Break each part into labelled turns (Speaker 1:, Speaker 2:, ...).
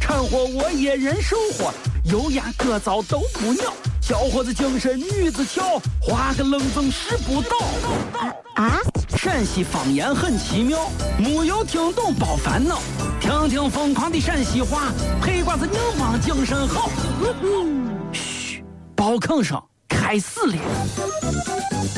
Speaker 1: 掺和我也人生活，油盐各糟都不尿，小伙子精神女子俏，花个愣风使不倒。
Speaker 2: 啊，
Speaker 1: 陕西方言很奇妙，没有听懂别烦恼，听听疯狂的陕西话，黑瓜子硬邦精神好。嘘，包吭声开始了。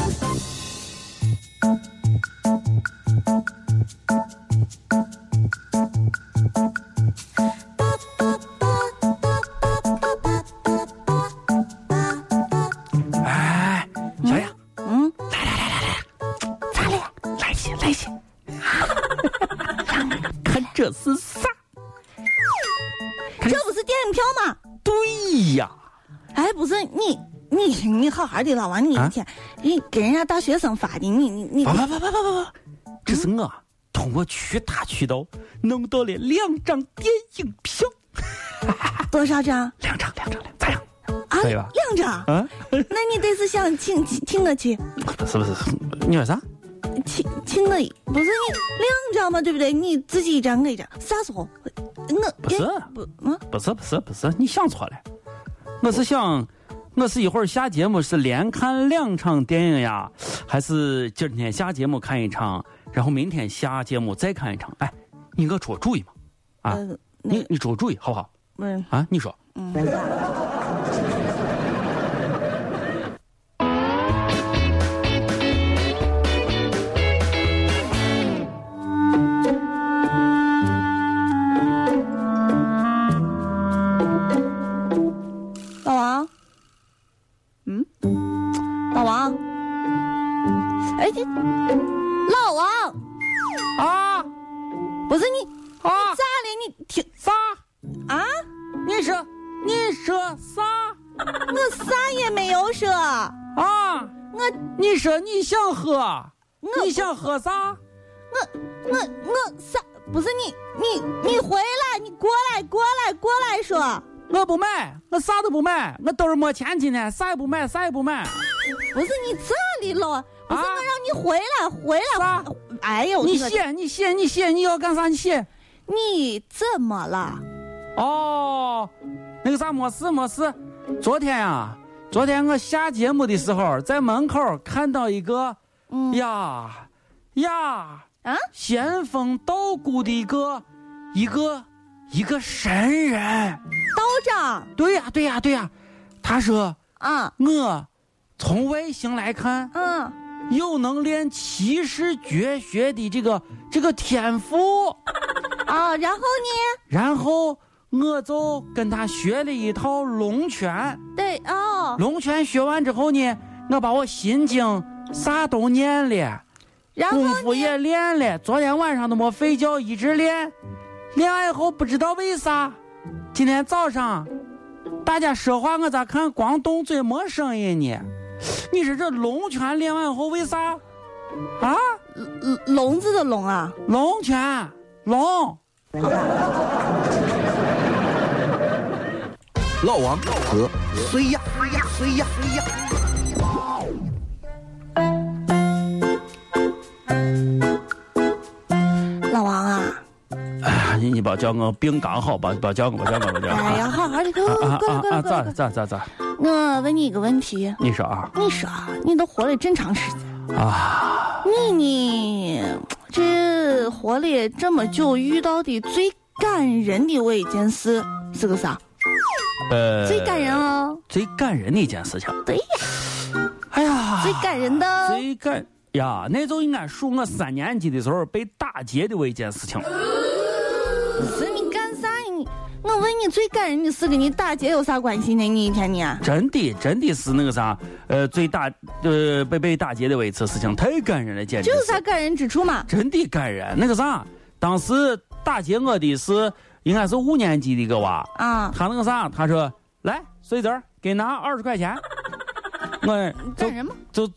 Speaker 1: 哎，小雅，
Speaker 2: 嗯，
Speaker 1: 咋了？来些，来些。看这是啥？
Speaker 2: 这不是电影票吗？
Speaker 1: 对呀，
Speaker 2: 哎，不是你，你你好好的老王，你一
Speaker 1: 啊
Speaker 2: 天、你给人家大学生发的，你你你，
Speaker 1: 不不不不不不，这是我通过其他渠道弄到了两张电影票，
Speaker 2: 多少张啊？
Speaker 1: 两张两张两张，咋样？可以吧
Speaker 2: 两张。
Speaker 1: 啊？
Speaker 2: 那你这次想请请我去，
Speaker 1: 不是不是，你说啥？
Speaker 2: 请请我不是你两张嘛，对不对？你自己一张我一张，啥时候？我
Speaker 1: 不是
Speaker 2: 不嗯，
Speaker 1: 不是不是不是，你想错了，我是想，我是一会儿下节目是连看两场电影呀，还是今天下节目看一场，然后明天下节目再看一场？哎，你给我说注意嘛，啊，
Speaker 2: 呃那
Speaker 1: 你你说注意好不好？
Speaker 2: 嗯
Speaker 1: 啊，你说。
Speaker 2: 嗯，老王，嗯，老王，哎，你老王，
Speaker 1: 啊
Speaker 2: 不是你，
Speaker 1: 啊
Speaker 2: 你咋了？你听
Speaker 1: 啥？
Speaker 2: 啊？
Speaker 1: 你说你说啥
Speaker 2: 我啥也没有说，我
Speaker 1: 啊？你说你想喝，
Speaker 2: 我
Speaker 1: 你想喝啥？
Speaker 2: 我我我啥？不是你你你回来，你过来过来过来说，
Speaker 1: 我不买，我啥都不买，我兜里没钱，今天啥也不买，啥也不买。
Speaker 2: 不是你这里了，不是
Speaker 1: 啊
Speaker 2: 我让你回来回来
Speaker 1: 啥，
Speaker 2: 哎呦，
Speaker 1: 你
Speaker 2: 我的
Speaker 1: 写，你写，你写，你要干啥？你写。
Speaker 2: 你怎么了？
Speaker 1: 哦，那个啥，没事没事。昨天啊，昨天我下节目的时候，在门口看到一个，
Speaker 2: 嗯
Speaker 1: 呀呀，
Speaker 2: 啊，
Speaker 1: 仙风道骨的一个一个一个神人。
Speaker 2: 道长
Speaker 1: 对呀、对呀、对呀、他说
Speaker 2: 啊，
Speaker 1: 我从外形来看，
Speaker 2: 嗯，
Speaker 1: 有能练奇士绝学的这个这个天赋。
Speaker 2: 啊，然后呢？
Speaker 1: 然后我就跟他学了一套龙拳。
Speaker 2: 对哦，
Speaker 1: 龙拳学完之后呢，我把我心经啥都念了，
Speaker 2: 然后
Speaker 1: 功夫也练了，昨天晚上都没睡觉，一直练。练完以后不知道为啥，今天早上大家说话我咋看光动嘴没声音呢？你说这龙拳练完以后为啥？啊，
Speaker 2: 龙笼子的笼啊，
Speaker 1: 龙拳龙。
Speaker 3: 老王和谁呀？
Speaker 2: 老王啊，
Speaker 1: 啊你你别叫我病刚好，别别叫我，别叫我，别叫我。
Speaker 2: 哎呀，好好的，过来
Speaker 1: 啊
Speaker 2: 过来
Speaker 1: 啊
Speaker 2: 过
Speaker 1: 啊！
Speaker 2: 来过
Speaker 1: 咋
Speaker 2: 来，
Speaker 1: 咋咋咋？
Speaker 2: 我问你一个问题，
Speaker 1: 你说啊
Speaker 2: 你说你都活了真长时间。
Speaker 1: 啊，
Speaker 2: 你你这活了这么久，遇到的最感人的我一件事是个啥？
Speaker 1: 呃，
Speaker 2: 最感人哦，
Speaker 1: 最感人的一件事情。
Speaker 2: 对呀，
Speaker 1: 哎呀，
Speaker 2: 最感人的
Speaker 1: 最感呀，那就应该数我三年级的时候被打劫的我一件事情。
Speaker 2: 不是你干啥？你我问你最感人的事跟你打劫有啥关系呢？你一天你啊
Speaker 1: 真的，真的是那个啥，呃，最大呃被被打劫的我一次事情，太感人了，简直
Speaker 2: 这有
Speaker 1: 是。
Speaker 2: 啥感人之处嘛？
Speaker 1: 真的感人。那个啥，当时打劫我的是应该是五年级的一个娃，
Speaker 2: 啊，
Speaker 1: 他那个啥，他说来穗子儿给拿二十块钱，我
Speaker 2: 干什么？
Speaker 1: 就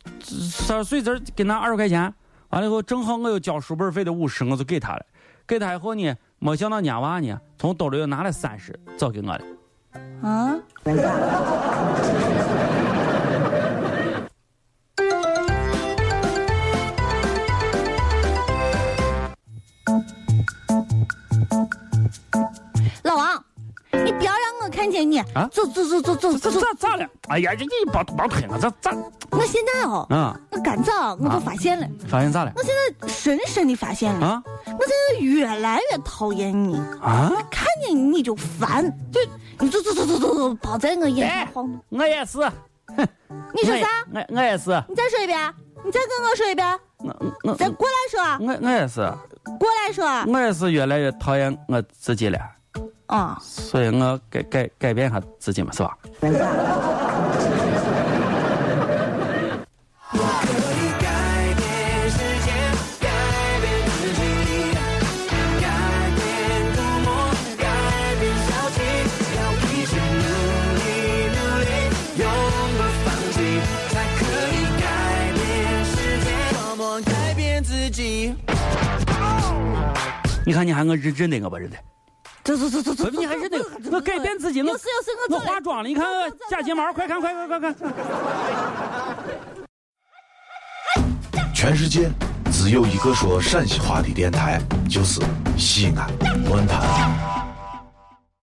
Speaker 1: 他穗子儿给拿二十块钱，完了以后正好我又交书本费的五十，我就给他了，给他以后呢，没想到伢娃呢从兜里又拿了三十，找给我了。
Speaker 2: 啊，老王，你不要让我看见你
Speaker 1: 啊
Speaker 2: 走走走走走
Speaker 1: 这
Speaker 2: 走
Speaker 1: 咋！咋了？哎呀，这你别别推我，这咋
Speaker 2: 我现在哦，
Speaker 1: 啊？
Speaker 2: 我赶早我就发现了，
Speaker 1: 发现咋了？
Speaker 2: 我现在深深的发现了，
Speaker 1: 啊
Speaker 2: 我现在越来越讨厌你，
Speaker 1: 啊！
Speaker 2: 看见你你就烦，就你走走走走走走，跑在我眼前
Speaker 1: 哎
Speaker 2: 晃动。
Speaker 1: 我也是。
Speaker 2: 你说啥？
Speaker 1: 我我也是。
Speaker 2: 你再说一遍，啊你再跟我说一遍，啊
Speaker 1: 我我
Speaker 2: 再过来说，啊
Speaker 1: 我我也是，
Speaker 2: 过来说。啊、
Speaker 1: 我也是越来越讨厌我自己了，嗯
Speaker 2: 哦
Speaker 1: 所以我改改改变下自己嘛，是吧？你看你还我认认得我不认得？
Speaker 2: 走走走走走
Speaker 1: 不，你还认得
Speaker 2: 走走走
Speaker 1: 我？我改变自己，
Speaker 2: 有
Speaker 1: 我
Speaker 2: 事有事我
Speaker 1: 我
Speaker 2: 走了
Speaker 1: 化妆了，你看我假睫毛，快看快看快看！
Speaker 3: 全世界只有一个说陕西话的电台，就是西安论坛。